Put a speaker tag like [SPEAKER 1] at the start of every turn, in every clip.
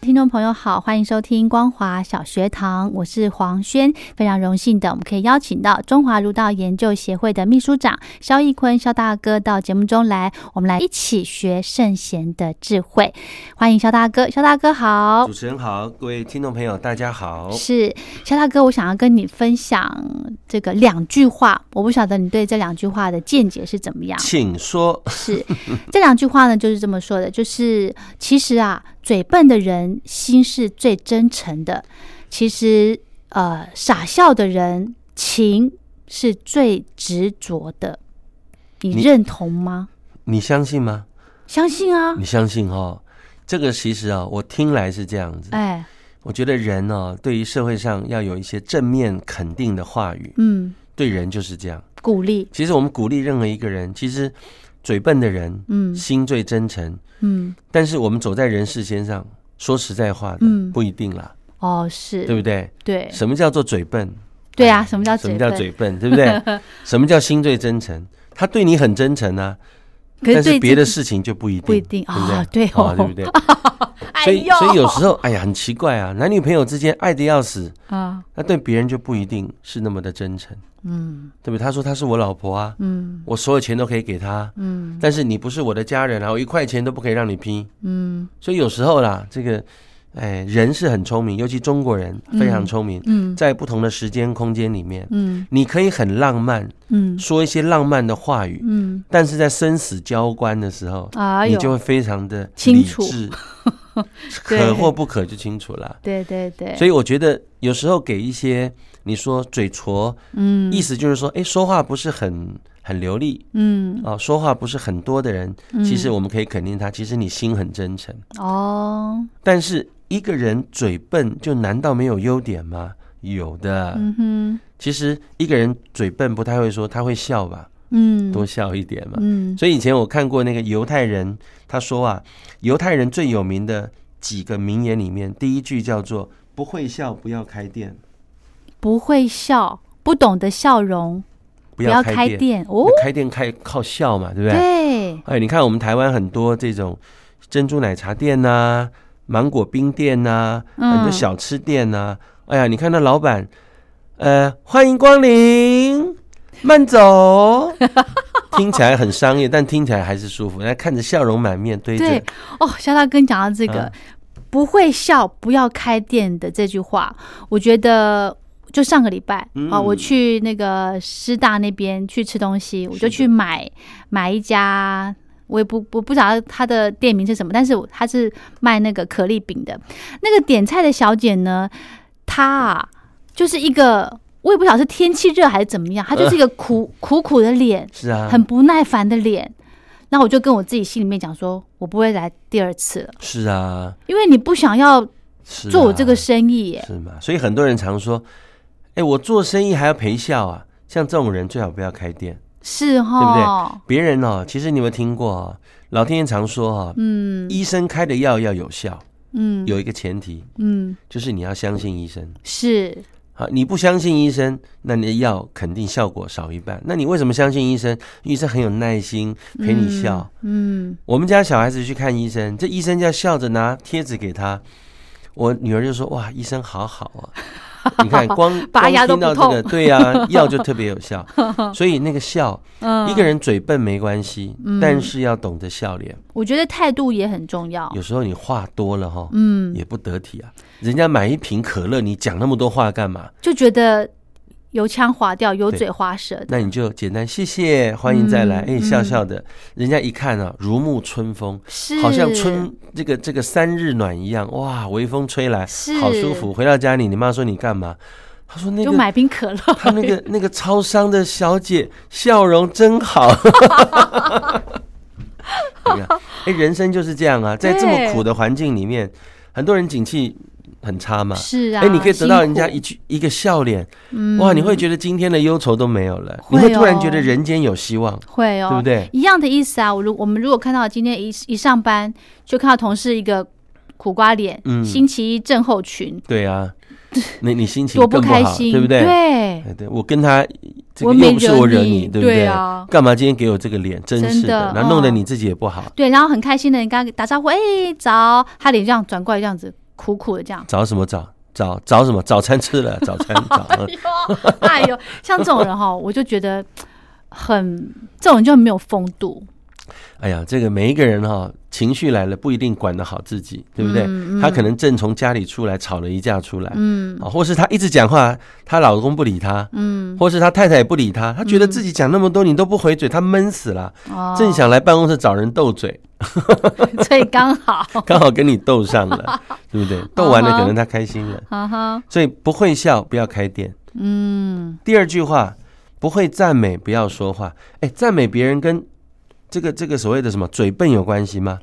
[SPEAKER 1] 听众朋友好，欢迎收听光华小学堂，我是黄轩。非常荣幸的，我们可以邀请到中华儒道研究协会的秘书长肖义坤肖大哥到节目中来，我们来一起学圣贤的智慧。欢迎肖大哥，肖大哥好
[SPEAKER 2] 主。持人好，各位听众朋友，大家好。
[SPEAKER 1] 是肖大哥，我想要跟你分享这个两句话，我不晓得你对这两句话的见解是怎么样。
[SPEAKER 2] 请说，
[SPEAKER 1] 是 这两句话呢，就是这么说的，就是其实啊，嘴笨的人心是最真诚的，其实呃，傻笑的人情是最执着的，你
[SPEAKER 2] 你
[SPEAKER 1] 认同吗？
[SPEAKER 2] 你相信吗？
[SPEAKER 1] 相信啊
[SPEAKER 2] 你，相信哦。这个其实啊、我听来是这样子。
[SPEAKER 1] 哎，
[SPEAKER 2] 我觉得人哦，对于社会上要有一些正面肯定的话语，
[SPEAKER 1] 嗯，
[SPEAKER 2] 对人就是这样。
[SPEAKER 1] 鼓励，
[SPEAKER 2] 其实我们鼓励任何一个人，其实嘴笨的人，
[SPEAKER 1] 嗯
[SPEAKER 2] 心最真诚。
[SPEAKER 1] 嗯，
[SPEAKER 2] 但是我们走在人世间上，说实在话的，
[SPEAKER 1] 嗯
[SPEAKER 2] 不一定啦，
[SPEAKER 1] 哦，是
[SPEAKER 2] 对不对？
[SPEAKER 1] 对
[SPEAKER 2] 什么叫做嘴笨？
[SPEAKER 1] 对啊，什么叫
[SPEAKER 2] 什么叫
[SPEAKER 1] 笨
[SPEAKER 2] 嘴笨？对 不对？什么叫心最真诚？他对你很真诚啊，
[SPEAKER 1] 可
[SPEAKER 2] 但
[SPEAKER 1] 对
[SPEAKER 2] 是别的
[SPEAKER 1] 自
[SPEAKER 2] 事情就不一定，
[SPEAKER 1] 不一定啊对
[SPEAKER 2] 对不
[SPEAKER 1] 哦
[SPEAKER 2] 对不 对？
[SPEAKER 1] 己，哎
[SPEAKER 2] 所以
[SPEAKER 1] 呦，
[SPEAKER 2] 所以有时候，哎呀，很奇怪啊，男女朋友之间爱的要死，
[SPEAKER 1] 啊，
[SPEAKER 2] 那对别人就不一定是那么的真诚，
[SPEAKER 1] 嗯
[SPEAKER 2] 对不对？他说他是我老婆啊，
[SPEAKER 1] 嗯
[SPEAKER 2] 我所有钱都可以给他，
[SPEAKER 1] 嗯
[SPEAKER 2] 但是你不是我的家人啊，我一块钱都不可以让你拼。
[SPEAKER 1] 嗯
[SPEAKER 2] 所以有时候啦，这个，哎，人是很聪明，尤其中国人非常聪明，
[SPEAKER 1] 嗯
[SPEAKER 2] 在不同的时间空间里面，
[SPEAKER 1] 嗯
[SPEAKER 2] 你可以很浪漫，
[SPEAKER 1] 嗯
[SPEAKER 2] 说一些浪漫的话语，
[SPEAKER 1] 嗯，
[SPEAKER 2] 但是在生死交关的时候，
[SPEAKER 1] 哎
[SPEAKER 2] 你
[SPEAKER 1] 呦，
[SPEAKER 2] 就会非常的
[SPEAKER 1] 清楚
[SPEAKER 2] 理 智
[SPEAKER 1] 对
[SPEAKER 2] 可或不可就清楚了。
[SPEAKER 1] 对对对，
[SPEAKER 2] 所以我觉得有时候给一些你说嘴拙，
[SPEAKER 1] 嗯
[SPEAKER 2] 意思就是说，哎，说话不是很很流利
[SPEAKER 1] 嗯
[SPEAKER 2] 啊、说话不是很多的人，
[SPEAKER 1] 嗯
[SPEAKER 2] 其实我们可以肯定他，其实你心很真诚。
[SPEAKER 1] 哦，
[SPEAKER 2] 但是一个人嘴笨，就难道没有优点吗？有的。
[SPEAKER 1] 嗯哼，
[SPEAKER 2] 其实一个人嘴笨不太会说，他会笑吧，
[SPEAKER 1] 嗯，
[SPEAKER 2] 多笑一点嘛。
[SPEAKER 1] 嗯
[SPEAKER 2] 所以以前我看过那个犹太人，他说啊，犹太人最有名的几个名言里面，第一句叫做“不会笑不要开店，
[SPEAKER 1] 不会笑，不懂得笑容，
[SPEAKER 2] 不
[SPEAKER 1] 不要
[SPEAKER 2] 要开
[SPEAKER 1] 开
[SPEAKER 2] 店”
[SPEAKER 1] 店哦
[SPEAKER 2] 那，开店开靠笑嘛，对不对？
[SPEAKER 1] 对，
[SPEAKER 2] 哎，你看我们台湾很多这种珍珠奶茶店呐、芒果冰店呐、很多
[SPEAKER 1] 嗯，
[SPEAKER 2] 小吃店呐、哎呀，你看那老板，呃，欢迎光临，慢走。听起来很商业，但听起来还是舒服。那看着笑容满面，堆着
[SPEAKER 1] 对哦，肖大哥你讲到这个
[SPEAKER 2] 啊
[SPEAKER 1] 不会笑不要开店的这句话，我觉得。就上个礼拜啊、
[SPEAKER 2] 嗯
[SPEAKER 1] 我去那个师大那边去吃东西，我
[SPEAKER 2] 是
[SPEAKER 1] 就
[SPEAKER 2] 的
[SPEAKER 1] 去买买一家，我也不我不知道它的店名是什么，但是我它是卖那个可丽饼的。那个点菜的小姐呢，她啊就是一个我也不晓得是天气热还是怎么样，她就是一个苦、苦苦的脸，
[SPEAKER 2] 是啊，
[SPEAKER 1] 很不耐烦的脸。然后我就跟我自己心里面讲说，我不会来第二次了，
[SPEAKER 2] 是啊，
[SPEAKER 1] 因为你不想要
[SPEAKER 2] 是啊
[SPEAKER 1] 做我这个生意耶。
[SPEAKER 2] 是嘛？所以很多人常说，哎，我做生意还要陪笑啊。像这种人最好不要开店。
[SPEAKER 1] 是哈，
[SPEAKER 2] 别人哦，其实你有没有听过哦？老天爷常说哦，
[SPEAKER 1] 嗯
[SPEAKER 2] 医生开的药要有效，
[SPEAKER 1] 嗯
[SPEAKER 2] 有一个前提
[SPEAKER 1] 嗯，
[SPEAKER 2] 就是你要相信医生。
[SPEAKER 1] 是
[SPEAKER 2] 好，你不相信医生，那你的药肯定效果少一半。那你为什么相信医生？医生很有耐心陪你笑。，
[SPEAKER 1] 嗯
[SPEAKER 2] 我们家小孩子去看医生，这医生就要笑着拿贴纸给他。我女儿就说：“哇，医生好好啊！”你 看，光
[SPEAKER 1] 拔
[SPEAKER 2] 光
[SPEAKER 1] 牙都
[SPEAKER 2] 听到
[SPEAKER 1] 不
[SPEAKER 2] 这个，对呀、药就特别 有效。所以那个笑，
[SPEAKER 1] 嗯，
[SPEAKER 2] 一个人嘴笨没关系，但是要懂得笑脸。
[SPEAKER 1] 我觉得态度也很重要。
[SPEAKER 2] 有时候你话多了哈，
[SPEAKER 1] 嗯，
[SPEAKER 2] 也不得体啊。人家买一瓶可乐，你讲那么多话干嘛？
[SPEAKER 1] 就觉得油腔滑调、油
[SPEAKER 2] 对
[SPEAKER 1] 嘴滑舌的。
[SPEAKER 2] 那你就简单谢谢，欢迎再来，哎、
[SPEAKER 1] 嗯
[SPEAKER 2] 笑笑的，人家一看啊，如沐春风，
[SPEAKER 1] 是
[SPEAKER 2] 好像春这个这个三日暖一样，哇，微风吹来，
[SPEAKER 1] 是
[SPEAKER 2] 好舒服。，回到家里，你妈说你干嘛？她说那
[SPEAKER 1] 就
[SPEAKER 2] 个
[SPEAKER 1] 买瓶可乐。
[SPEAKER 2] 他那个那个超商的小姐笑容 真好。对呀哎，人生就是这样啊，在这么
[SPEAKER 1] 对
[SPEAKER 2] 苦的环境里面，很多人景气很差嘛。
[SPEAKER 1] 是啊，
[SPEAKER 2] 哎，你可以得到人家
[SPEAKER 1] 辛苦
[SPEAKER 2] 一句一个笑脸，
[SPEAKER 1] 嗯
[SPEAKER 2] 哇，你会觉得今天的忧愁都没有了，
[SPEAKER 1] 会
[SPEAKER 2] 你会突然觉
[SPEAKER 1] 哦
[SPEAKER 2] 得人间有希望，
[SPEAKER 1] 会哦，
[SPEAKER 2] 对不对？
[SPEAKER 1] 一样的意思啊。我如我们如果看到今天一一上班就看到同事一个苦瓜脸，
[SPEAKER 2] 嗯
[SPEAKER 1] 星期一症候群，
[SPEAKER 2] 对 啊，你你心情
[SPEAKER 1] 多
[SPEAKER 2] 更不
[SPEAKER 1] 开
[SPEAKER 2] 好，
[SPEAKER 1] 心，
[SPEAKER 2] 对不对？
[SPEAKER 1] 对，
[SPEAKER 2] 哎对，我跟他这
[SPEAKER 1] 我
[SPEAKER 2] 个
[SPEAKER 1] 没
[SPEAKER 2] 又不是我
[SPEAKER 1] 惹
[SPEAKER 2] 惹
[SPEAKER 1] 你
[SPEAKER 2] 你，对不
[SPEAKER 1] 对
[SPEAKER 2] 对
[SPEAKER 1] 啊？
[SPEAKER 2] 干嘛今天给我这个脸？真
[SPEAKER 1] 真
[SPEAKER 2] 是的
[SPEAKER 1] 的，
[SPEAKER 2] 然后弄得
[SPEAKER 1] 嗯
[SPEAKER 2] 你自己也不好。
[SPEAKER 1] 对，然后很开心的，你跟他打招呼，哎、早，他脸这样转过来，这样子苦苦的
[SPEAKER 2] 。
[SPEAKER 1] 这样
[SPEAKER 2] 找什么找？找找什么？早餐 吃了，早餐早。嗯
[SPEAKER 1] 哟，哎呦，像这种人哈，我就觉得很这种人就没有风度，
[SPEAKER 2] 哎呀，这个每一个人哈、情绪来了不一定管得好自己，对不对？
[SPEAKER 1] 嗯嗯
[SPEAKER 2] 他可能正从家里出来，吵了一架出来，
[SPEAKER 1] 嗯
[SPEAKER 2] 啊，或是他一直讲话，她老公不理她，
[SPEAKER 1] 嗯，
[SPEAKER 2] 或是她太太也不理她，她觉得自己讲那么多你都不回嘴，她闷死了。
[SPEAKER 1] 哦
[SPEAKER 2] 正想来办公室找人斗嘴，
[SPEAKER 1] 所以刚好，
[SPEAKER 2] 刚好跟你斗上了，对不对？斗
[SPEAKER 1] 啊
[SPEAKER 2] 完了可能她开心了，
[SPEAKER 1] 哈哈，
[SPEAKER 2] 所以不会笑不要开店。
[SPEAKER 1] 嗯，
[SPEAKER 2] 第二句话，不会赞美不要说话。哎，赞美别人跟这个这个所谓的什么嘴笨有关系吗？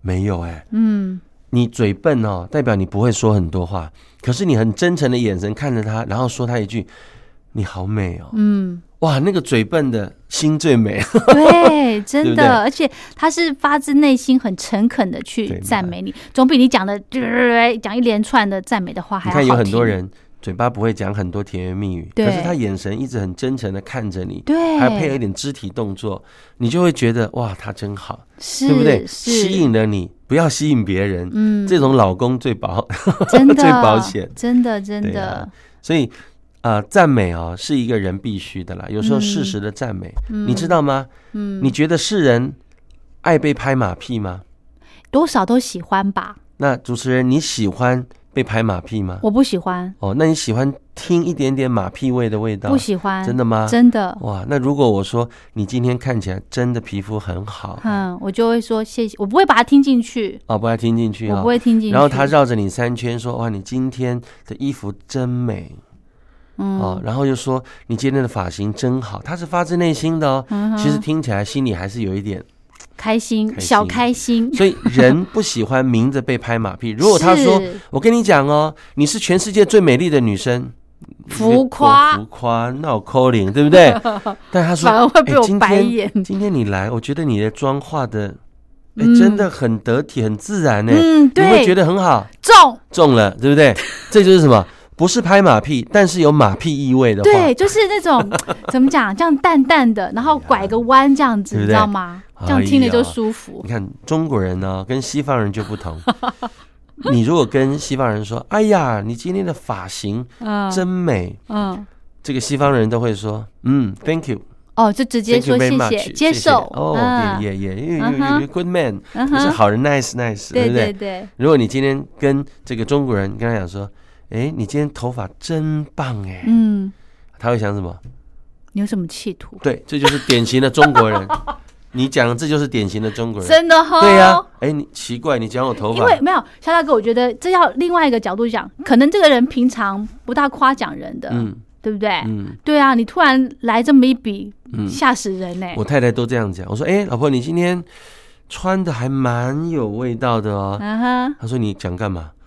[SPEAKER 2] 没有哎、
[SPEAKER 1] 嗯，
[SPEAKER 2] 你嘴笨哦，代表你不会说很多话，可是你很真诚的眼神看着他，然后说他一句“你好美哦”，
[SPEAKER 1] 嗯，
[SPEAKER 2] 哇，那个嘴笨的心最美。
[SPEAKER 1] 对，真的，
[SPEAKER 2] 对不对
[SPEAKER 1] 而且他是发自内心、很诚恳的去
[SPEAKER 2] 对嘛
[SPEAKER 1] 赞美你，总比你讲的讲一连串的赞美的话还
[SPEAKER 2] 你
[SPEAKER 1] 要好
[SPEAKER 2] 看
[SPEAKER 1] 听。
[SPEAKER 2] 有很多人嘴巴不会讲很多甜言蜜语，
[SPEAKER 1] 对
[SPEAKER 2] 可是他眼神一直很真诚的看着你，
[SPEAKER 1] 对，
[SPEAKER 2] 还配合一点肢体动作，你就会觉得哇，他真好，
[SPEAKER 1] 是
[SPEAKER 2] 对不对？
[SPEAKER 1] 是
[SPEAKER 2] 吸引了你，不要吸引别人。
[SPEAKER 1] 嗯，
[SPEAKER 2] 这 种老公最薄，
[SPEAKER 1] 真的
[SPEAKER 2] 最保险
[SPEAKER 1] 真的真
[SPEAKER 2] 对
[SPEAKER 1] 的
[SPEAKER 2] 啊，所以啊、呃赞美哦是一个人必须的啦。有时候
[SPEAKER 1] 嗯
[SPEAKER 2] 适时的赞美，
[SPEAKER 1] 嗯
[SPEAKER 2] 你知道吗？
[SPEAKER 1] 嗯，
[SPEAKER 2] 你觉得世人爱被拍马屁吗？
[SPEAKER 1] 多少都喜欢吧？
[SPEAKER 2] 那主持人你喜欢被拍马屁吗？
[SPEAKER 1] 我不喜欢，
[SPEAKER 2] 哦，那你喜欢听一点点马屁味的味道？
[SPEAKER 1] 不喜欢，
[SPEAKER 2] 啊真的吗？哦
[SPEAKER 1] 真的，
[SPEAKER 2] 哇，那如果我说你今天看起来真的皮肤很好，
[SPEAKER 1] 嗯，我就会说谢谢，我不会把它听进去，
[SPEAKER 2] 哦，不要听进去
[SPEAKER 1] 我
[SPEAKER 2] 啊、
[SPEAKER 1] 不会听进去。
[SPEAKER 2] 然后他绕着你三圈说：“哇，你今天的衣服真美。”哦，
[SPEAKER 1] 嗯，
[SPEAKER 2] 然后又说你今天的发型真好，他是发自内心的哦。
[SPEAKER 1] 嗯哼
[SPEAKER 2] 其实听起来心里还是有一点，
[SPEAKER 1] 开心
[SPEAKER 2] 开
[SPEAKER 1] 小
[SPEAKER 2] 心
[SPEAKER 1] 开心，
[SPEAKER 2] 所以人不喜欢明着被拍马屁。如果他说
[SPEAKER 1] 是
[SPEAKER 2] 我跟你讲哦，你是全世界最美丽的女生，
[SPEAKER 1] 浮夸
[SPEAKER 2] 我浮夸闹扣零，对不对？ 但他说
[SPEAKER 1] 反而会被
[SPEAKER 2] 哎
[SPEAKER 1] 我
[SPEAKER 2] 今天
[SPEAKER 1] 白眼
[SPEAKER 2] 今天你来，我觉得你的妆化的，哎
[SPEAKER 1] 嗯，
[SPEAKER 2] 真的很得体，很自然呢。哎
[SPEAKER 1] 嗯，
[SPEAKER 2] 你会
[SPEAKER 1] 对，
[SPEAKER 2] 觉得很好，
[SPEAKER 1] 重，
[SPEAKER 2] 中了，对不 对？这就是什么？不是拍马屁，但是有马屁意味的话，
[SPEAKER 1] 对，就是那种 怎么讲，这样淡淡的，然后拐个弯这样子，
[SPEAKER 2] 对
[SPEAKER 1] 你
[SPEAKER 2] 不
[SPEAKER 1] 知
[SPEAKER 2] 哎对
[SPEAKER 1] 道吗？这样
[SPEAKER 2] 哎
[SPEAKER 1] 听着就
[SPEAKER 2] 呀
[SPEAKER 1] 舒服
[SPEAKER 2] 你。看中国人呢、跟西方人就不同。 你如果跟西方人说：“哎呀，你今天的发型
[SPEAKER 1] 嗯
[SPEAKER 2] 真美”，
[SPEAKER 1] 嗯，
[SPEAKER 2] 这个西方人都会说：“嗯，Thank you，
[SPEAKER 1] 哦，就直接
[SPEAKER 2] Thank you
[SPEAKER 1] 说
[SPEAKER 2] very
[SPEAKER 1] 谢
[SPEAKER 2] much，
[SPEAKER 1] 谢，接受。
[SPEAKER 2] 哦，
[SPEAKER 1] 嗯
[SPEAKER 2] 也也也
[SPEAKER 1] 嗯哼
[SPEAKER 2] y o good man，
[SPEAKER 1] 嗯
[SPEAKER 2] 你是
[SPEAKER 1] 哼，
[SPEAKER 2] 好人，nice，nice，
[SPEAKER 1] 对
[SPEAKER 2] 不
[SPEAKER 1] 对
[SPEAKER 2] 对？
[SPEAKER 1] 对，
[SPEAKER 2] 如果你今天跟这个中国人跟他讲说：“哎，你今天头发真棒哎
[SPEAKER 1] 嗯，”，
[SPEAKER 2] 他会想什么？
[SPEAKER 1] 你有什么企图？
[SPEAKER 2] 对，这就是典型的中 国人。你讲的这就是典型的中国人，
[SPEAKER 1] 真的哈，
[SPEAKER 2] 对呀。哎，你奇怪，你讲我头发，
[SPEAKER 1] 因为没有肖大哥，我觉得这要另外一个角度讲，可能这个人平常不大夸奖人的，
[SPEAKER 2] 嗯
[SPEAKER 1] 对不对？
[SPEAKER 2] 嗯。
[SPEAKER 1] 对啊，你突然来这么一笔，
[SPEAKER 2] 嗯
[SPEAKER 1] 吓死人呢、
[SPEAKER 2] 我太太都这样讲。我说：“哎、老婆，你今天穿的还蛮有味道的哦。
[SPEAKER 1] 嗯哼，
[SPEAKER 2] 她说：“你想干嘛？”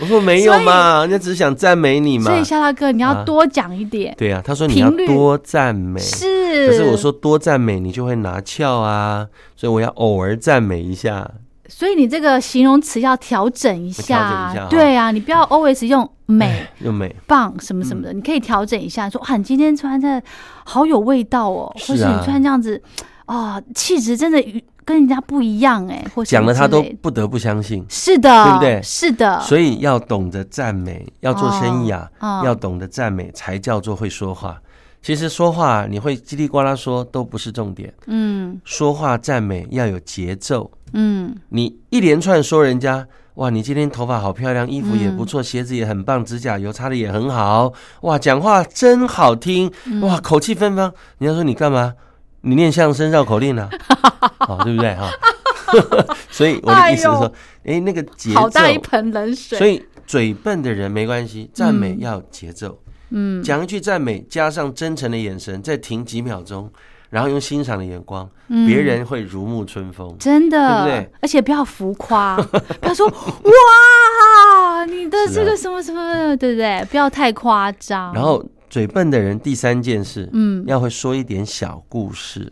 [SPEAKER 2] 我说：“没有嘛，人家只是想赞美你嘛
[SPEAKER 1] 所。以肖大哥，你要
[SPEAKER 2] 啊
[SPEAKER 1] 多讲一点”，
[SPEAKER 2] 对呀、啊，她说：“你要
[SPEAKER 1] 频率
[SPEAKER 2] 多赞美。”
[SPEAKER 1] 是。
[SPEAKER 2] 可是我，说多赞美你就会拿翘啊，所以我要偶尔赞美一下。
[SPEAKER 1] 所以你这个形容词要调整一下，
[SPEAKER 2] 调整一下哈
[SPEAKER 1] 对啊，你不要 always 用美
[SPEAKER 2] 哎嗯又美，
[SPEAKER 1] 棒什么什么的，你可以调整一下，说啊哇，你今天穿的好有味道哦，
[SPEAKER 2] 是
[SPEAKER 1] 或是
[SPEAKER 2] 啊
[SPEAKER 1] 你穿这样子，啊，气质真的与跟人家不一样哎、或是
[SPEAKER 2] 讲了
[SPEAKER 1] 之
[SPEAKER 2] 她都
[SPEAKER 1] 类的
[SPEAKER 2] 不得不相信。
[SPEAKER 1] 是的，
[SPEAKER 2] 对不对
[SPEAKER 1] 是的，
[SPEAKER 2] 所以要懂得赞美，要做生意啊，
[SPEAKER 1] 哦哦哦
[SPEAKER 2] 要懂得赞美才叫做会说话。其实说话你会叽里呱啦说都不是重点，
[SPEAKER 1] 嗯
[SPEAKER 2] 说话赞美要有节奏。
[SPEAKER 1] 嗯，
[SPEAKER 2] 你一连串说人家哇，你今天头发好漂亮，衣服也不
[SPEAKER 1] 嗯
[SPEAKER 2] 错，鞋子也很棒，指甲油擦的也很好，哇，讲话真好听，
[SPEAKER 1] 嗯
[SPEAKER 2] 哇，口气芬芳。人家说你干嘛？你念相声绕口令 啊？哦，对不对哈？ 所以我的意思是说，哎、那个节奏
[SPEAKER 1] 好，大一盆冷水。
[SPEAKER 2] 所以嘴笨的人没关系，赞美要节奏，
[SPEAKER 1] 嗯，
[SPEAKER 2] 讲一句赞美，加上真诚的眼神，再停几秒钟，然后用欣赏的眼光，
[SPEAKER 1] 嗯
[SPEAKER 2] 别人会如沐春风。
[SPEAKER 1] 真的，
[SPEAKER 2] 对不对
[SPEAKER 1] 而且不要浮夸， 不要说哇，你的
[SPEAKER 2] 是
[SPEAKER 1] 这
[SPEAKER 2] 啊
[SPEAKER 1] 个什么什么的，对不对？不要太夸张。
[SPEAKER 2] 然，后嘴笨的人，第三件事，
[SPEAKER 1] 哦嗯，
[SPEAKER 2] 要会说一点小故事。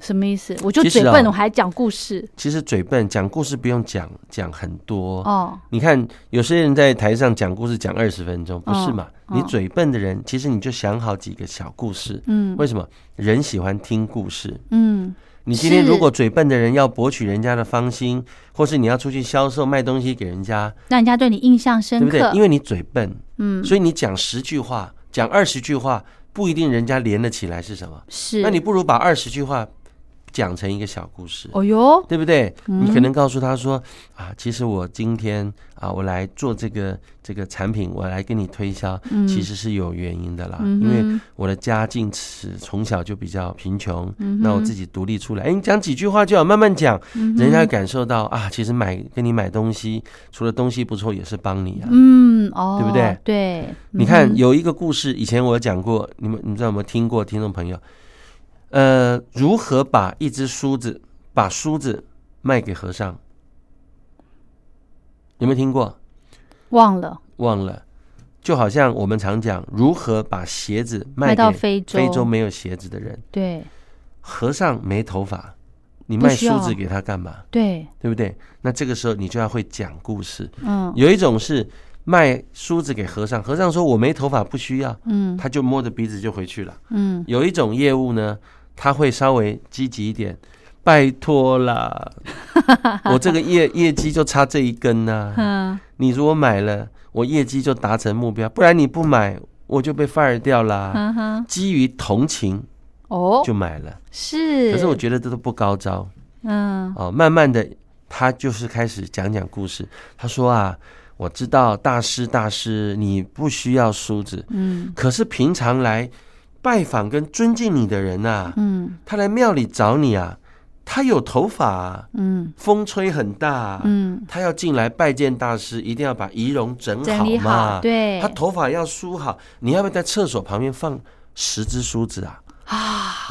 [SPEAKER 1] 什么意思？我就
[SPEAKER 2] 其实
[SPEAKER 1] 嘴
[SPEAKER 2] 啊
[SPEAKER 1] 笨，我还讲故事
[SPEAKER 2] 其实嘴笨讲故事不用讲讲很多，
[SPEAKER 1] 哦，
[SPEAKER 2] 你看有些人在台上讲故事讲二十分钟，不是
[SPEAKER 1] 嗯
[SPEAKER 2] 嘛？
[SPEAKER 1] 嗯
[SPEAKER 2] 你嘴笨的人，其实你就想好几个小故事。
[SPEAKER 1] 嗯
[SPEAKER 2] 为什么人喜欢听故事？
[SPEAKER 1] 嗯
[SPEAKER 2] 你今天
[SPEAKER 1] 是
[SPEAKER 2] 如果嘴笨的人要博取人家的芳心，或是你要出去销售卖东西给人家，
[SPEAKER 1] 让人家对你印象
[SPEAKER 2] 对
[SPEAKER 1] 深
[SPEAKER 2] 不对
[SPEAKER 1] 刻。？
[SPEAKER 2] 因为你嘴笨，
[SPEAKER 1] 嗯，
[SPEAKER 2] 所以你讲十句话，讲二十句话，不一定人家连得起来是什么。
[SPEAKER 1] 是。
[SPEAKER 2] 那你不如把二十句话讲成一个小故事。
[SPEAKER 1] 哦嗯哟，
[SPEAKER 2] 对不对？你可能告诉他说啊，其实我今天啊，我来做这个这个产品，我来跟你推销，
[SPEAKER 1] 嗯
[SPEAKER 2] 其实是有原因的啦，
[SPEAKER 1] 嗯
[SPEAKER 2] 因为
[SPEAKER 1] 哼
[SPEAKER 2] 我的家境是从小就比较贫穷，
[SPEAKER 1] 嗯哼
[SPEAKER 2] 那我自己独立出来。哎，你讲几句话就好，慢慢讲，
[SPEAKER 1] 嗯哼
[SPEAKER 2] 人家会感受到啊，其实买跟你买东西，除了东西不错，也是帮你啊。
[SPEAKER 1] 嗯哦，
[SPEAKER 2] 对不对？
[SPEAKER 1] 对，
[SPEAKER 2] 你看
[SPEAKER 1] 嗯
[SPEAKER 2] 有一个故事，以前我有讲过，你们你们知道有没有听过？听众朋友，呃，如何把一只梳子把梳子卖给和尚？有没有听过？
[SPEAKER 1] 忘了
[SPEAKER 2] 忘了。就好像我们常讲，如何把鞋子卖
[SPEAKER 1] 卖到
[SPEAKER 2] 给
[SPEAKER 1] 非洲，
[SPEAKER 2] 非洲没有鞋子的人？
[SPEAKER 1] 对
[SPEAKER 2] 和尚没头发，你
[SPEAKER 1] 不
[SPEAKER 2] 卖
[SPEAKER 1] 需要
[SPEAKER 2] 梳子给他干嘛？
[SPEAKER 1] 对，
[SPEAKER 2] 对不对？那这个时候你就要会讲故事。
[SPEAKER 1] 嗯
[SPEAKER 2] 有一种是卖梳子给和尚，和尚说我没头发不需要，
[SPEAKER 1] 嗯
[SPEAKER 2] 他就摸着鼻子就回去了。
[SPEAKER 1] 嗯，
[SPEAKER 2] 有一种业务呢，他会稍微积极一点，拜托啦， 我这个业业绩就差这一根呐、
[SPEAKER 1] 嗯
[SPEAKER 2] 你如果买了，我业绩就达成目标，不然你不买，我就被 fire 掉啦。
[SPEAKER 1] 嗯哼，
[SPEAKER 2] 基于同情
[SPEAKER 1] 哦，
[SPEAKER 2] 就买了，
[SPEAKER 1] 是，
[SPEAKER 2] 可是我觉得这都不高招
[SPEAKER 1] 嗯
[SPEAKER 2] 哦。慢慢的，他就是开始讲讲故事。他说啊，我知道大师大师，你不需要梳子，
[SPEAKER 1] 嗯
[SPEAKER 2] 可是平常来拜访跟尊敬你的人呐、
[SPEAKER 1] 嗯
[SPEAKER 2] 他来庙里找你啊，他有头发、啊，
[SPEAKER 1] 嗯
[SPEAKER 2] 风吹很大、啊，
[SPEAKER 1] 嗯，
[SPEAKER 2] 他要进来拜见大师，一定要把仪容整好
[SPEAKER 1] 整理
[SPEAKER 2] 嘛。
[SPEAKER 1] 好，对，
[SPEAKER 2] 他头发要梳好，你要不要在厕所旁边放十支梳子啊？
[SPEAKER 1] 啊，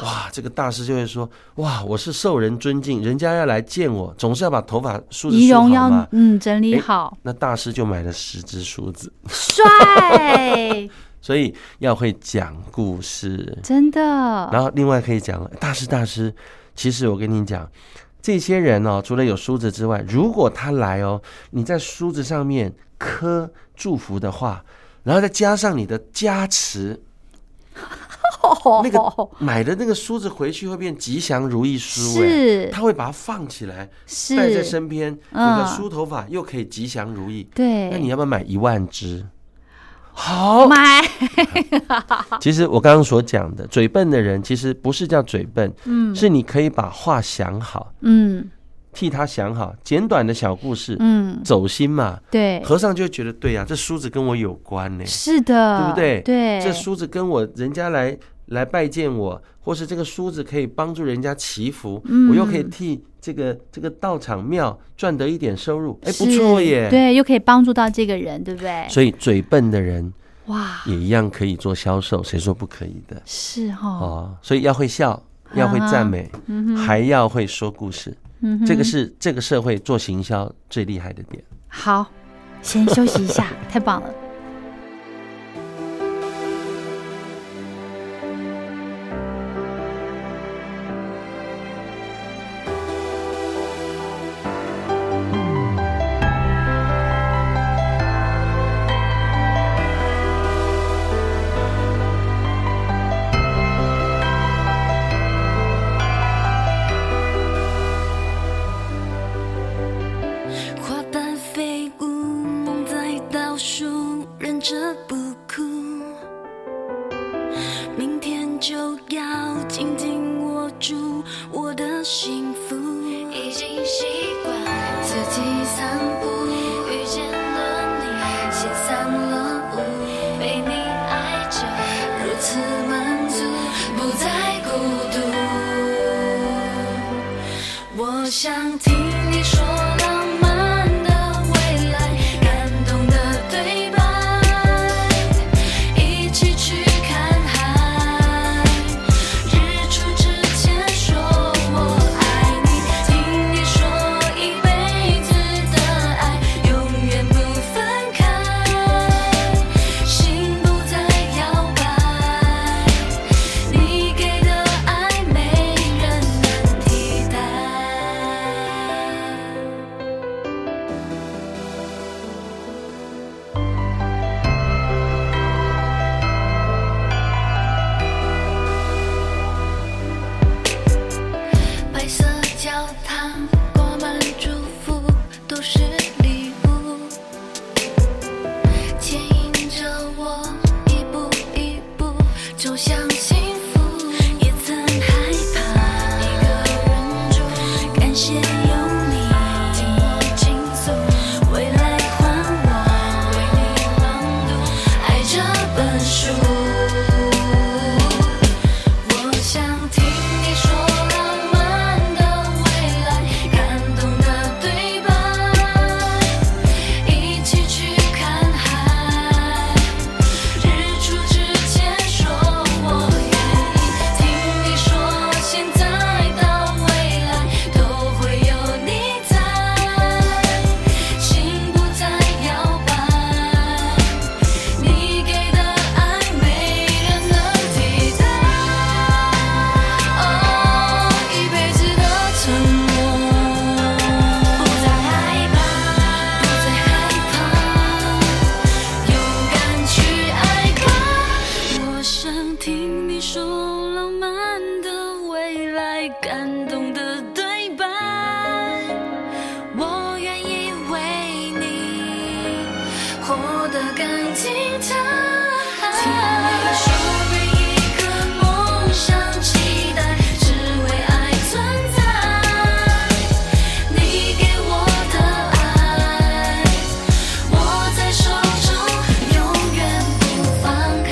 [SPEAKER 2] 哇，这个大师就会说，哇，我是受人尊敬，人家要来见我，总是要把头发梳子
[SPEAKER 1] 仪
[SPEAKER 2] 梳好
[SPEAKER 1] 容要
[SPEAKER 2] 嘛。
[SPEAKER 1] 嗯整理
[SPEAKER 2] 哎
[SPEAKER 1] 好，
[SPEAKER 2] 那大师就买了十支梳子，
[SPEAKER 1] 帅，
[SPEAKER 2] 所以要会讲故事。
[SPEAKER 1] 真的，
[SPEAKER 2] 然后另外可以讲了，大师大师，其实我跟你讲，这些人哦，除了有梳子之外，如果他来哦，你在梳子上面刻祝福的话，然后再加上你的加持，那
[SPEAKER 1] 哦
[SPEAKER 2] 个买的那个梳子回去会变吉祥如意梳，哎，
[SPEAKER 1] 是
[SPEAKER 2] 他会把它放起来带在
[SPEAKER 1] 是，
[SPEAKER 2] 身边，你
[SPEAKER 1] 嗯
[SPEAKER 2] 的梳头发又可以吉祥如意。
[SPEAKER 1] 对，
[SPEAKER 2] 那你要不要买一万只？好，
[SPEAKER 1] 买，
[SPEAKER 2] 其实我刚刚所讲的，嘴笨的人其实不是叫嘴笨，
[SPEAKER 1] 嗯
[SPEAKER 2] 是你可以把话想好，
[SPEAKER 1] 嗯
[SPEAKER 2] 替他想好，简短的小故事，
[SPEAKER 1] 嗯，
[SPEAKER 2] 走心嘛。
[SPEAKER 1] 对，
[SPEAKER 2] 和尚就会觉得，对呀、这梳子跟我有关呢、
[SPEAKER 1] 是的，
[SPEAKER 2] 对不对
[SPEAKER 1] 对，
[SPEAKER 2] 这梳子跟我人家来来拜见我，或是这个梳子可以帮助人家祈福，
[SPEAKER 1] 嗯
[SPEAKER 2] 我又可以替这个这个道场庙赚得一点收入，哎，不
[SPEAKER 1] 是
[SPEAKER 2] 错耶。，
[SPEAKER 1] 对，又可以帮助到这个人，对不对？
[SPEAKER 2] 所以嘴笨的人
[SPEAKER 1] 哇，
[SPEAKER 2] 也一样可以做销售，谁说不可以的？
[SPEAKER 1] 是哈，
[SPEAKER 2] 哦，所以要会笑，要会赞美，
[SPEAKER 1] 嗯哼，
[SPEAKER 2] 还要会说故事，
[SPEAKER 1] 嗯哼
[SPEAKER 2] 这个是这个社会做行销最厉害的点。
[SPEAKER 1] 好，先休息一下，太棒了。
[SPEAKER 3] 花瓣飞舞，梦在倒数，忍着不哭。明天就要紧紧握住我的幸福，已经习惯自己散步，哦我的感情它。请你树立一颗梦想期待，只为爱存在。你给我的爱，握在手中，永远不放开。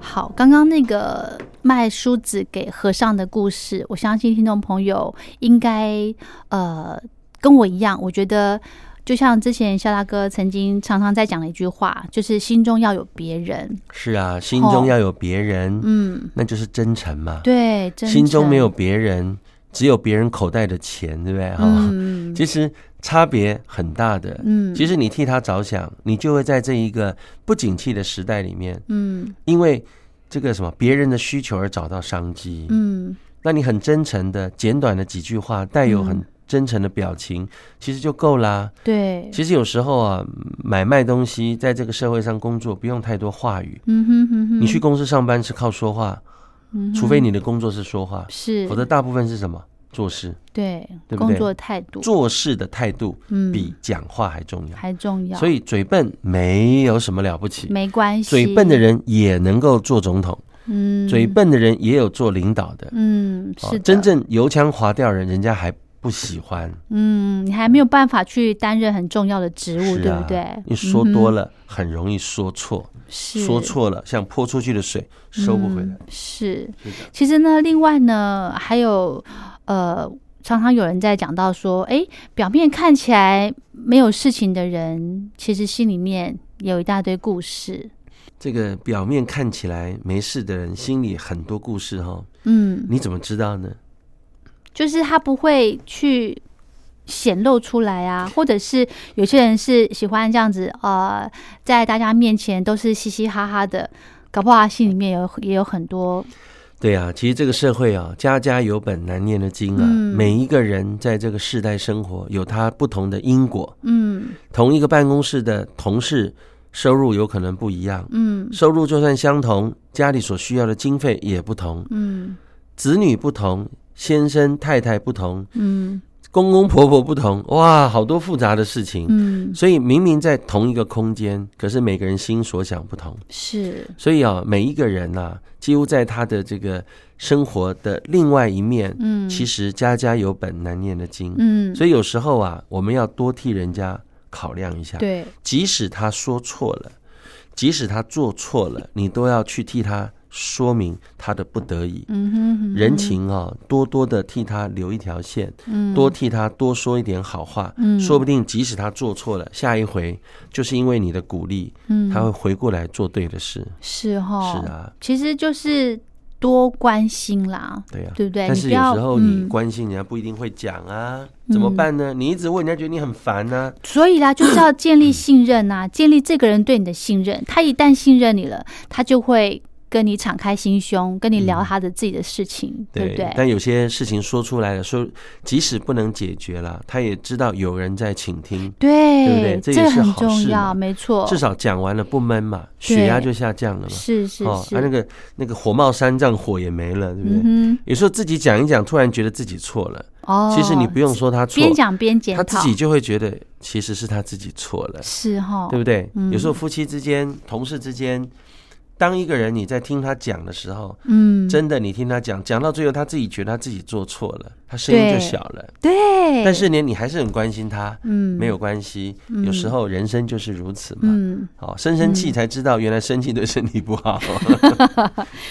[SPEAKER 1] 好，刚刚那个卖梳子给和尚的故事，我相信听众朋友应该呃跟我一样，我觉得就像之前肖大哥曾经常常在讲的一句话，就是心中要有别人。
[SPEAKER 2] 是啊，心中要有别人，
[SPEAKER 1] 哦嗯，
[SPEAKER 2] 那就是真诚嘛。
[SPEAKER 1] 对，真
[SPEAKER 2] 心中
[SPEAKER 1] 诚
[SPEAKER 2] 没有别人，只有别人口袋的钱，对不哦对？哈、
[SPEAKER 1] 嗯
[SPEAKER 2] 啊其实差别很大的。
[SPEAKER 1] 嗯
[SPEAKER 2] 其实你替他着想，你就会在这一个不景气的时代里面，
[SPEAKER 1] 嗯
[SPEAKER 2] 因为这个什么别人的需求而找到商机。
[SPEAKER 1] 嗯
[SPEAKER 2] 那你很真诚的、简短的几句话，带有
[SPEAKER 1] 嗯
[SPEAKER 2] 很真诚的表情，其实就够啦。
[SPEAKER 1] 对，
[SPEAKER 2] 其实有时候啊，买卖东西，在这个社会上工作，不用太多话语。
[SPEAKER 1] 嗯哼哼哼，
[SPEAKER 2] 你去公司上班是靠说话，
[SPEAKER 1] 嗯哼，
[SPEAKER 2] 除非你的工作是说话，
[SPEAKER 1] 是
[SPEAKER 2] 否则大部分是什么？做事，
[SPEAKER 1] 对
[SPEAKER 2] 对不
[SPEAKER 1] 工
[SPEAKER 2] 对
[SPEAKER 1] 作态度
[SPEAKER 2] 做事的态度
[SPEAKER 1] 嗯
[SPEAKER 2] 比讲话还重要。
[SPEAKER 1] 还重要，
[SPEAKER 2] 所以嘴笨没有什么了不起，
[SPEAKER 1] 没关系，
[SPEAKER 2] 嘴笨的，人也能够做总统，
[SPEAKER 1] 嗯，
[SPEAKER 2] 嘴，笨的人也有做领导的。
[SPEAKER 1] 嗯，
[SPEAKER 2] 哦
[SPEAKER 1] 是的
[SPEAKER 2] 真正油腔滑调人，人家还不喜欢，
[SPEAKER 1] 嗯，你还没有办法去担任很重要的职务，
[SPEAKER 2] 是
[SPEAKER 1] 哦对
[SPEAKER 2] 啊
[SPEAKER 1] 不对？
[SPEAKER 2] 你说多
[SPEAKER 1] 嗯
[SPEAKER 2] 了，很容易说错，
[SPEAKER 1] 哼、是
[SPEAKER 2] 说错了像泼出去的水，收不回来
[SPEAKER 1] 嗯。是
[SPEAKER 2] 是的，
[SPEAKER 1] 其实呢，另外呢，还有呃，常常有人在讲到说，诶，表面看起来没有事情的人，其实心里面有一大堆故事。
[SPEAKER 2] 这个表面看起来没事的人，心里很多故事哈、
[SPEAKER 1] 嗯，
[SPEAKER 2] 你怎么知道呢？
[SPEAKER 1] 就是他不会去显露出来啊，或者是有些人是喜欢这样子，呃，在大家面前都是嘻嘻哈哈的，搞不好他心里面有也有很多，
[SPEAKER 2] 对啊，其实这个社会啊，家家有本难念的经啊，
[SPEAKER 1] 嗯
[SPEAKER 2] 每一个人在这个世代生活，有他不同的因果。
[SPEAKER 1] 嗯
[SPEAKER 2] 同一个办公室的同事，收入有可能不一样，
[SPEAKER 1] 嗯
[SPEAKER 2] 收入就算相同，家里所需要的经费也不同，
[SPEAKER 1] 嗯
[SPEAKER 2] 子女不同，先生太太不同，
[SPEAKER 1] 嗯
[SPEAKER 2] 公公婆婆不同，哇，好多复杂的事情。
[SPEAKER 1] 嗯，
[SPEAKER 2] 所以明明在同一个空间，可是每个人心所想不同。
[SPEAKER 1] 是，
[SPEAKER 2] 所以啊，每一个人呐、几乎在他的这个生活的另外一面，
[SPEAKER 1] 嗯，
[SPEAKER 2] 其实家家有本难念的经。
[SPEAKER 1] 嗯，
[SPEAKER 2] 所以有时候啊，我们要多替人家考量一下，
[SPEAKER 1] 对，
[SPEAKER 2] 即使他说错了，即使他做错了，你都要去替他说明他的不得已。
[SPEAKER 1] 嗯哼哼
[SPEAKER 2] 人情啊，多多的替他留一条线，
[SPEAKER 1] 嗯
[SPEAKER 2] 多替他多说一点好话，
[SPEAKER 1] 嗯
[SPEAKER 2] 说不定即使他做错了，下一回就是因为你的鼓励，
[SPEAKER 1] 嗯哦
[SPEAKER 2] 他会回过来做对的事。
[SPEAKER 1] 是哈，
[SPEAKER 2] 是，啊，
[SPEAKER 1] 其实就是多关心啦，
[SPEAKER 2] 对啊，
[SPEAKER 1] 对不对？
[SPEAKER 2] 但
[SPEAKER 1] 你
[SPEAKER 2] 是
[SPEAKER 1] 不
[SPEAKER 2] 有
[SPEAKER 1] 要
[SPEAKER 2] 时候你
[SPEAKER 1] 嗯
[SPEAKER 2] 关心人家不一定会讲啊，怎么办呢？你一直问人家，觉得你很烦啊呐、
[SPEAKER 1] 所以啦，就是要建立信任呐、 建立这个人对你的信任。他一旦信任你了，他就会跟你敞开心胸，跟你聊他的自己的事情，对不对？
[SPEAKER 2] 但有些事情说出来了，说即使不能解决了，他也知道有人在倾听，
[SPEAKER 1] 对
[SPEAKER 2] 对不对这也
[SPEAKER 1] 个
[SPEAKER 2] 是
[SPEAKER 1] 很
[SPEAKER 2] 好
[SPEAKER 1] 重
[SPEAKER 2] 事
[SPEAKER 1] 要，
[SPEAKER 2] 嘛
[SPEAKER 1] 没错，
[SPEAKER 2] 至少讲完了不闷嘛，血压就下降了嘛。
[SPEAKER 1] 哦是是是，
[SPEAKER 2] 啊，那个那个火冒三丈，火也没了，对不对？
[SPEAKER 1] 嗯
[SPEAKER 2] 有时候自己讲一讲，突然觉得自己错了，
[SPEAKER 1] 哼，哦，
[SPEAKER 2] 其实你不用说他错，
[SPEAKER 1] 边讲边检
[SPEAKER 2] 他
[SPEAKER 1] 讨，
[SPEAKER 2] 自己就会觉得其实是他自己错了，
[SPEAKER 1] 是哈，
[SPEAKER 2] 对不对？
[SPEAKER 1] 嗯
[SPEAKER 2] 有时候夫妻之间、同事之间，当一个人你在听他讲的时候，
[SPEAKER 1] 嗯，
[SPEAKER 2] 真的你听他讲，讲到最后他自己觉得他自己做错了，他声音就
[SPEAKER 1] 对
[SPEAKER 2] 小了，
[SPEAKER 1] 对，
[SPEAKER 2] 但是呢，你还是很关心他，
[SPEAKER 1] 嗯，
[SPEAKER 2] 没有关系，有时候人生就是如此嘛。
[SPEAKER 1] 嗯。
[SPEAKER 2] 好，生生气才知道，原来生气对身体不 好，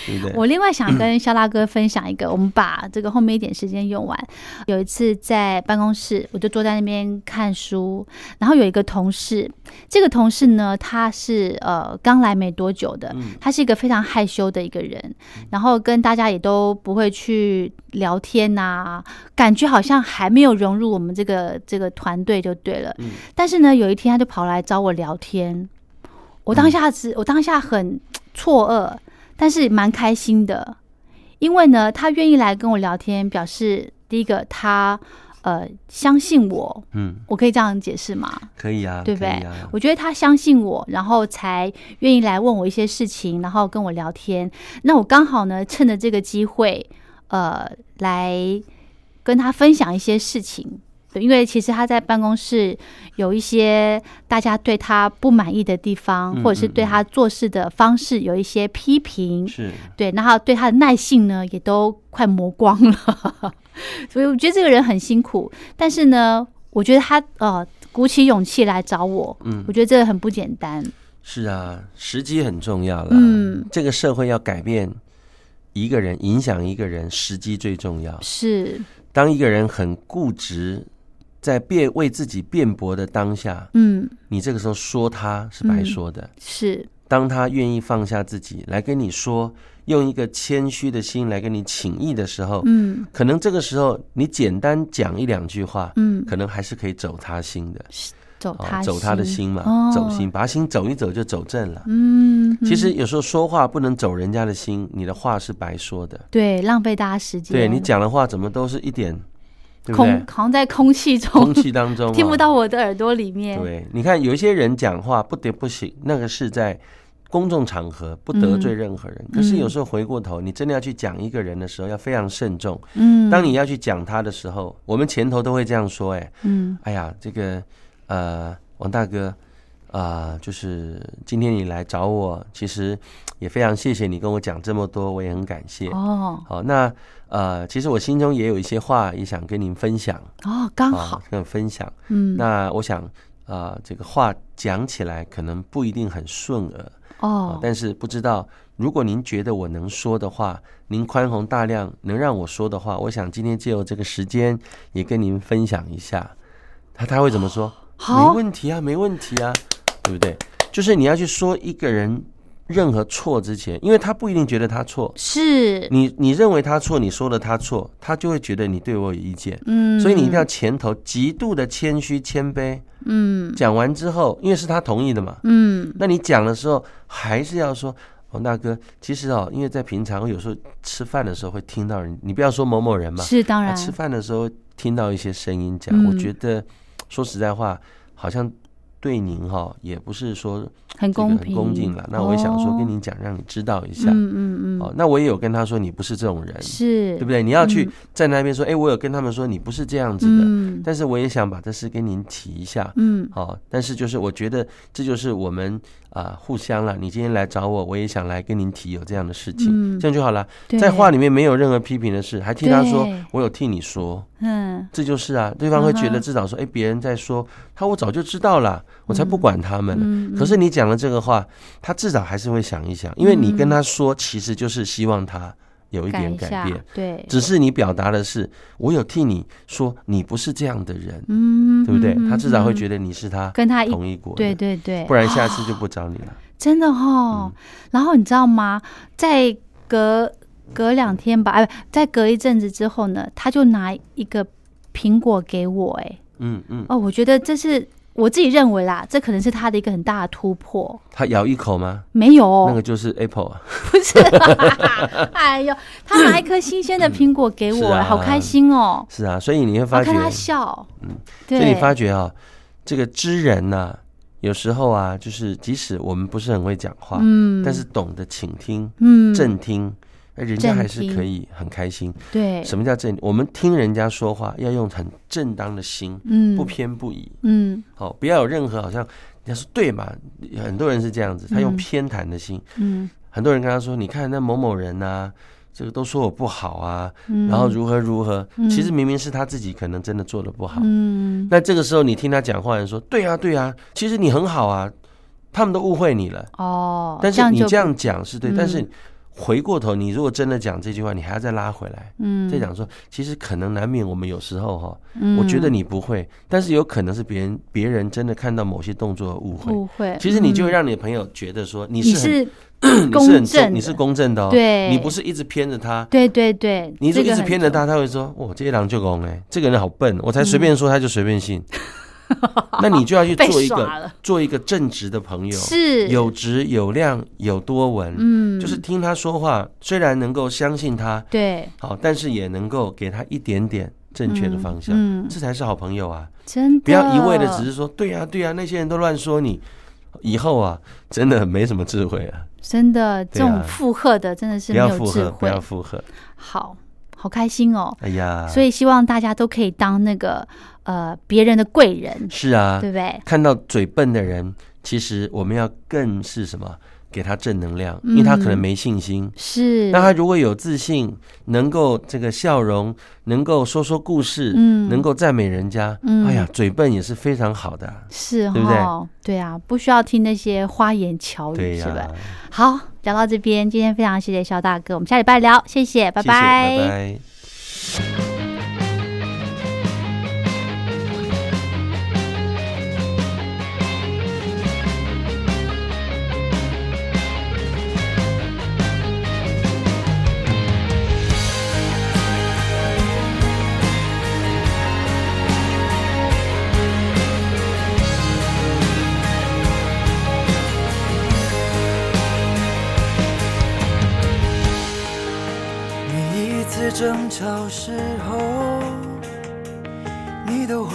[SPEAKER 2] 对不对？
[SPEAKER 1] 我另外想跟肖大哥分享一个，我们把这个后面一点时间用完。有一次在办公室，我就坐在那边看书，然后有一个同事，这个同事呢，他是呃刚来没多久的，
[SPEAKER 2] 嗯
[SPEAKER 1] 他是一个非常害羞的一个人，然后跟大家也都不会去聊天呐、感觉好像还没有融入我们这个这个团队就对了。但是呢，有一天他就跑来找我聊天，我当下是，我当下很错愕，但是蛮开心的，因为呢，他愿意来跟我聊天，表示第一个他呃相信我，
[SPEAKER 2] 嗯，
[SPEAKER 1] 我可以这样解释吗？
[SPEAKER 2] 可以啊，
[SPEAKER 1] 对不对？
[SPEAKER 2] 可以啊
[SPEAKER 1] 我觉得他相信我，然后才愿意来问我一些事情，然后跟我聊天。那我刚好呢，趁着这个机会，呃，来跟他分享一些事情。对因为其实他在办公室有一些大家对他不满意的地方，
[SPEAKER 2] 嗯
[SPEAKER 1] 或者是对他做事的方式有一些批评，
[SPEAKER 2] 是
[SPEAKER 1] 对，然后对他的耐性呢也都快磨光了， 所以我觉得这个人很辛苦。但是呢，我觉得他呃鼓起勇气来找我，
[SPEAKER 2] 嗯
[SPEAKER 1] 我觉得这个很不简单。
[SPEAKER 2] 是啊，时机很重要啦。
[SPEAKER 1] 嗯，
[SPEAKER 2] 这个社会要改变一个人，影响一个人，时机最重要。
[SPEAKER 1] 是，
[SPEAKER 2] 当一个人很固执，在辩为自己辩驳的当下，
[SPEAKER 1] 嗯，
[SPEAKER 2] 你这个时候说他是白说的。
[SPEAKER 1] 是，
[SPEAKER 2] 当他愿意放下自己来跟你说，用一个谦虚的心来跟你请意的时候，
[SPEAKER 1] 嗯
[SPEAKER 2] 可能这个时候你简单讲一两句话，
[SPEAKER 1] 嗯，
[SPEAKER 2] 可能还是可以走他心的，
[SPEAKER 1] 走
[SPEAKER 2] 哦
[SPEAKER 1] 他、
[SPEAKER 2] 走他的心嘛，
[SPEAKER 1] 哦
[SPEAKER 2] 走心，把他心走一走就走正了。
[SPEAKER 1] 嗯，
[SPEAKER 2] 其实
[SPEAKER 1] 嗯
[SPEAKER 2] 有时候说话不能走人家的心，你的话是白说的。
[SPEAKER 1] 对浪费大家时间，
[SPEAKER 2] 对你讲的话怎么都是一点，对不
[SPEAKER 1] 空
[SPEAKER 2] 对？
[SPEAKER 1] 好像在空气
[SPEAKER 2] 空
[SPEAKER 1] 中
[SPEAKER 2] 气当中、啊、
[SPEAKER 1] 听不到我的耳朵里面，
[SPEAKER 2] 对，你看有一些人讲话不得不行，那个是在公众场合不得罪任何人。
[SPEAKER 1] 嗯
[SPEAKER 2] 可是有时候回过头，你真的要去讲一个人的时候，要非常慎重。
[SPEAKER 1] 嗯，
[SPEAKER 2] 当你要去讲他的时候，我们前头都会这样说、哎，
[SPEAKER 1] 嗯
[SPEAKER 2] 哎呀，这个呃，王大哥，啊、就是今天你来找我，其实也非常谢谢你跟我讲这么多，我也很感谢。
[SPEAKER 1] 哦
[SPEAKER 2] 好，那呃，其实我心中也有一些话也想跟您分享
[SPEAKER 1] 哦刚好
[SPEAKER 2] 啊，跟你分享。
[SPEAKER 1] 嗯
[SPEAKER 2] 那我想，啊，这个话讲起来可能不一定很顺耳啊
[SPEAKER 1] 哦，
[SPEAKER 2] 但是不知道，如果您觉得我能说的话，您宽宏大量，能让我说的话，我想今天借由这个时间也跟您分享一下。他他会怎么说？
[SPEAKER 1] 好
[SPEAKER 2] 没问题啊，没问题啊，对不对？就是你要去说一个人任何错之前，因为他不一定觉得他错，
[SPEAKER 1] 是
[SPEAKER 2] 你你认为他错，你说了他错，他就会觉得你对我有意见。
[SPEAKER 1] 嗯，
[SPEAKER 2] 所以你一定要前头极度的谦虚谦卑，
[SPEAKER 1] 嗯
[SPEAKER 2] 讲完之后，因为是他同意的嘛，
[SPEAKER 1] 嗯
[SPEAKER 2] 那你讲的时候还是要说，哦，大哥，其实哦，因为在平常有时候吃饭的时候会听到人，你不要说某某人嘛，
[SPEAKER 1] 是当
[SPEAKER 2] 啊
[SPEAKER 1] 然
[SPEAKER 2] 吃饭的时候听到一些声音讲，
[SPEAKER 1] 嗯
[SPEAKER 2] 我觉得说实在话，好像对您哈、也不是说
[SPEAKER 1] 很
[SPEAKER 2] 这个
[SPEAKER 1] 公
[SPEAKER 2] 很
[SPEAKER 1] 平，
[SPEAKER 2] 恭敬了。那我也想说跟
[SPEAKER 1] 哦
[SPEAKER 2] 您讲，让你知道一下。
[SPEAKER 1] 嗯嗯
[SPEAKER 2] 哦
[SPEAKER 1] 嗯，，
[SPEAKER 2] 那我也有跟他说你不是这种人，
[SPEAKER 1] 是
[SPEAKER 2] 对不对？你要去
[SPEAKER 1] 嗯
[SPEAKER 2] 在那边说，哎、我有跟他们说你不是这样子的，
[SPEAKER 1] 嗯
[SPEAKER 2] 但是我也想把这事跟您提一下。
[SPEAKER 1] 嗯
[SPEAKER 2] 好，但是就是我觉得这就是我们啊、互相了。你今天来找我，我也想来跟您提有这样的事情，
[SPEAKER 1] 嗯
[SPEAKER 2] 这样就好了。
[SPEAKER 1] 对
[SPEAKER 2] 在话里面没有任何批评的事，还替他说
[SPEAKER 1] 对
[SPEAKER 2] 我有替你说，
[SPEAKER 1] 嗯
[SPEAKER 2] 这就是啊，对方会觉
[SPEAKER 1] 嗯
[SPEAKER 2] 得
[SPEAKER 1] 哼
[SPEAKER 2] 至少说，哎、别人在说他，我早就知道了，我才不管他们呢。
[SPEAKER 1] 嗯，
[SPEAKER 2] 可是你讲了这个话，他至少还是会想一想，因为你跟他说，其实就是希望他有
[SPEAKER 1] 嗯
[SPEAKER 2] 一
[SPEAKER 1] 改
[SPEAKER 2] 点
[SPEAKER 1] 一
[SPEAKER 2] 改
[SPEAKER 1] 下
[SPEAKER 2] 变，，
[SPEAKER 1] 对，
[SPEAKER 2] 只是你表达的是我有替你说，你不是这样的人，
[SPEAKER 1] 嗯，
[SPEAKER 2] 对不对？
[SPEAKER 1] 嗯
[SPEAKER 2] 他至少会
[SPEAKER 1] 嗯
[SPEAKER 2] 觉得你是他
[SPEAKER 1] 跟他一
[SPEAKER 2] 同意过的，
[SPEAKER 1] 对对对，
[SPEAKER 2] 不然嗯下次就不找你了。
[SPEAKER 1] 真的哦。然后你知道吗？在隔隔两天吧，哎，不再隔一阵子之后呢，他就拿一个苹果给我，哎，
[SPEAKER 2] 嗯嗯，
[SPEAKER 1] 哦，我觉得这是我自己认为啦，这可能是他的一个很大的突破。
[SPEAKER 2] 他咬一口吗？
[SPEAKER 1] 没有哦，
[SPEAKER 2] 那个就是 Apple 啊，
[SPEAKER 1] 不是 啦，哎呦，他拿一颗新鲜的苹果给
[SPEAKER 2] 是
[SPEAKER 1] 我，
[SPEAKER 2] 啊
[SPEAKER 1] 好开心哦！
[SPEAKER 2] 是啊，所以你会
[SPEAKER 1] 我
[SPEAKER 2] 发觉嗯
[SPEAKER 1] 看，他笑，
[SPEAKER 2] 所以
[SPEAKER 1] 对
[SPEAKER 2] 你，发觉啊，这个知人呐、有时候啊，就是即使我们不是很会讲话，
[SPEAKER 1] 嗯
[SPEAKER 2] 啊但是懂得倾听、
[SPEAKER 1] 嗯，
[SPEAKER 2] 正听，哎，人家
[SPEAKER 1] 正
[SPEAKER 2] 还是
[SPEAKER 1] 听
[SPEAKER 2] 可以很开心。
[SPEAKER 1] 对，
[SPEAKER 2] 什么叫正？我们听人家说话要用很正当的心，
[SPEAKER 1] 嗯，
[SPEAKER 2] 不偏不倚，
[SPEAKER 1] 嗯
[SPEAKER 2] 好、不要有任何好像人家说对嘛，很多人是这样子，他用
[SPEAKER 1] 嗯
[SPEAKER 2] 偏袒的心，
[SPEAKER 1] 嗯
[SPEAKER 2] 很多人跟他说：“你看那某某人呐、这个都说我不好啊，
[SPEAKER 1] 嗯，
[SPEAKER 2] 然后如何如何。
[SPEAKER 1] 嗯
[SPEAKER 2] 其实明明是他自己可能真的做的不好。
[SPEAKER 1] 嗯
[SPEAKER 2] 那这个时候你听他讲话，人说：“对啊，对啊，其实你很好啊。”他们都误会你了。
[SPEAKER 1] 哦，
[SPEAKER 2] 但是你
[SPEAKER 1] 就
[SPEAKER 2] 这样讲是对，
[SPEAKER 1] 嗯
[SPEAKER 2] 但是回过头，你如果真的讲这句话，你还要再拉回来，
[SPEAKER 1] 嗯
[SPEAKER 2] 再讲说，其实可能难免我们有时候哈，
[SPEAKER 1] 嗯
[SPEAKER 2] 我觉得你不会，但是有可能是别人别人真的看到某些动作的误会。
[SPEAKER 1] 误会，
[SPEAKER 2] 其实你就会
[SPEAKER 1] 嗯
[SPEAKER 2] 让你的朋友觉得说你
[SPEAKER 1] 你
[SPEAKER 2] 是很
[SPEAKER 1] 是
[SPEAKER 2] 你是很
[SPEAKER 1] 公正的
[SPEAKER 2] 你是公正的哦，
[SPEAKER 1] 对
[SPEAKER 2] 你不是一直偏着他，
[SPEAKER 1] 对对对，
[SPEAKER 2] 你是
[SPEAKER 1] 这
[SPEAKER 2] 一
[SPEAKER 1] 个
[SPEAKER 2] 直
[SPEAKER 1] 很
[SPEAKER 2] 偏着
[SPEAKER 1] 重嗯
[SPEAKER 2] 他，他会说，哇，这一狼就公哎，这个人好笨，我才随便说他就随便信， 那你就要去
[SPEAKER 1] 被
[SPEAKER 2] 做一
[SPEAKER 1] 耍
[SPEAKER 2] 个
[SPEAKER 1] 了
[SPEAKER 2] 做一个正直的朋友，
[SPEAKER 1] 是
[SPEAKER 2] 有质有量有多文，
[SPEAKER 1] 嗯，
[SPEAKER 2] 就是听他说话，虽然能够相信他，
[SPEAKER 1] 对
[SPEAKER 2] 好，但是也能够给他一点点正确的方向，
[SPEAKER 1] 嗯嗯
[SPEAKER 2] 这才是好朋友啊！
[SPEAKER 1] 真的
[SPEAKER 2] 不要一味的只是说对啊呀、对呀、那些人都乱说你，以后啊真的没什么智慧啊！
[SPEAKER 1] 真的这
[SPEAKER 2] 对啊
[SPEAKER 1] 种附和的真的是没
[SPEAKER 2] 不要
[SPEAKER 1] 有
[SPEAKER 2] 附
[SPEAKER 1] 智
[SPEAKER 2] 和，不
[SPEAKER 1] 慧
[SPEAKER 2] 要。附和，
[SPEAKER 1] 好好开心哦，
[SPEAKER 2] 哎呀，
[SPEAKER 1] 所以希望大家都可以当那个呃别人的贵人，
[SPEAKER 2] 是啊，
[SPEAKER 1] 对不对？
[SPEAKER 2] 看到嘴笨的人，其实我们要更是什么？给他正能量，因为他可能没信心。
[SPEAKER 1] 嗯是，
[SPEAKER 2] 那他如果有自信，能够这个笑容，能够说说故事，
[SPEAKER 1] 嗯
[SPEAKER 2] 能够赞美人家，
[SPEAKER 1] 嗯
[SPEAKER 2] 哎呀，嘴笨也是非常好的啊，
[SPEAKER 1] 是
[SPEAKER 2] 对不对
[SPEAKER 1] 哈，对啊，不需要听那些花言巧
[SPEAKER 2] 对
[SPEAKER 1] 语，
[SPEAKER 2] 呀、
[SPEAKER 1] 是吧？好，聊到这边，今天非常谢谢肖大哥，我们下礼拜聊，谢谢，拜
[SPEAKER 2] 谢谢拜拜。
[SPEAKER 4] 每一次争吵时候，你都会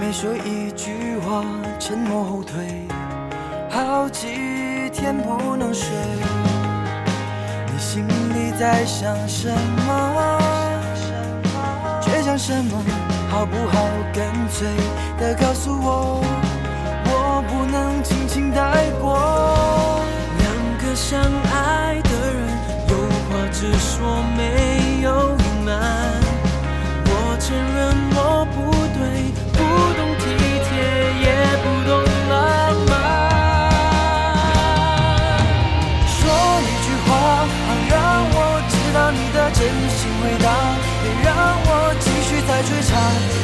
[SPEAKER 4] 每说一句话沉默后退，好几天不能睡。你心里在想什么？倔强什么？好不好？干脆的告诉我，我不能轻轻带过。
[SPEAKER 5] 两个相爱的人，有话直说，没有隐瞒。我承认我不对，不懂体贴，也不懂浪漫。
[SPEAKER 4] 说一句话，好让我知道你的真心回答，别让我继续再追查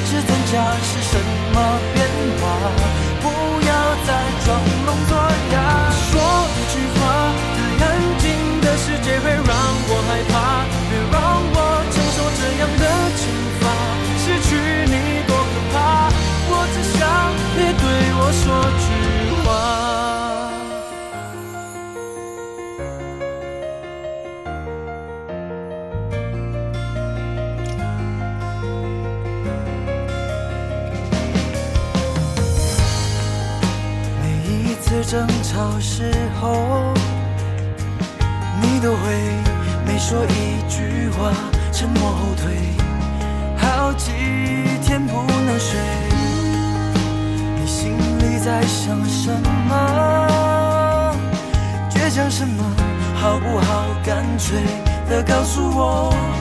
[SPEAKER 4] 是真假是什么变化，不要再装聋作哑。说一句话，太安静的世界会让我害怕，别让我承受这样的惩罚，失去你多可怕，我只想你对我说句话。每一次争吵时候，你都会每说一句话沉默后退，好几天不能睡。你心里在想什么？倔强什么？好不好？干脆的告诉我，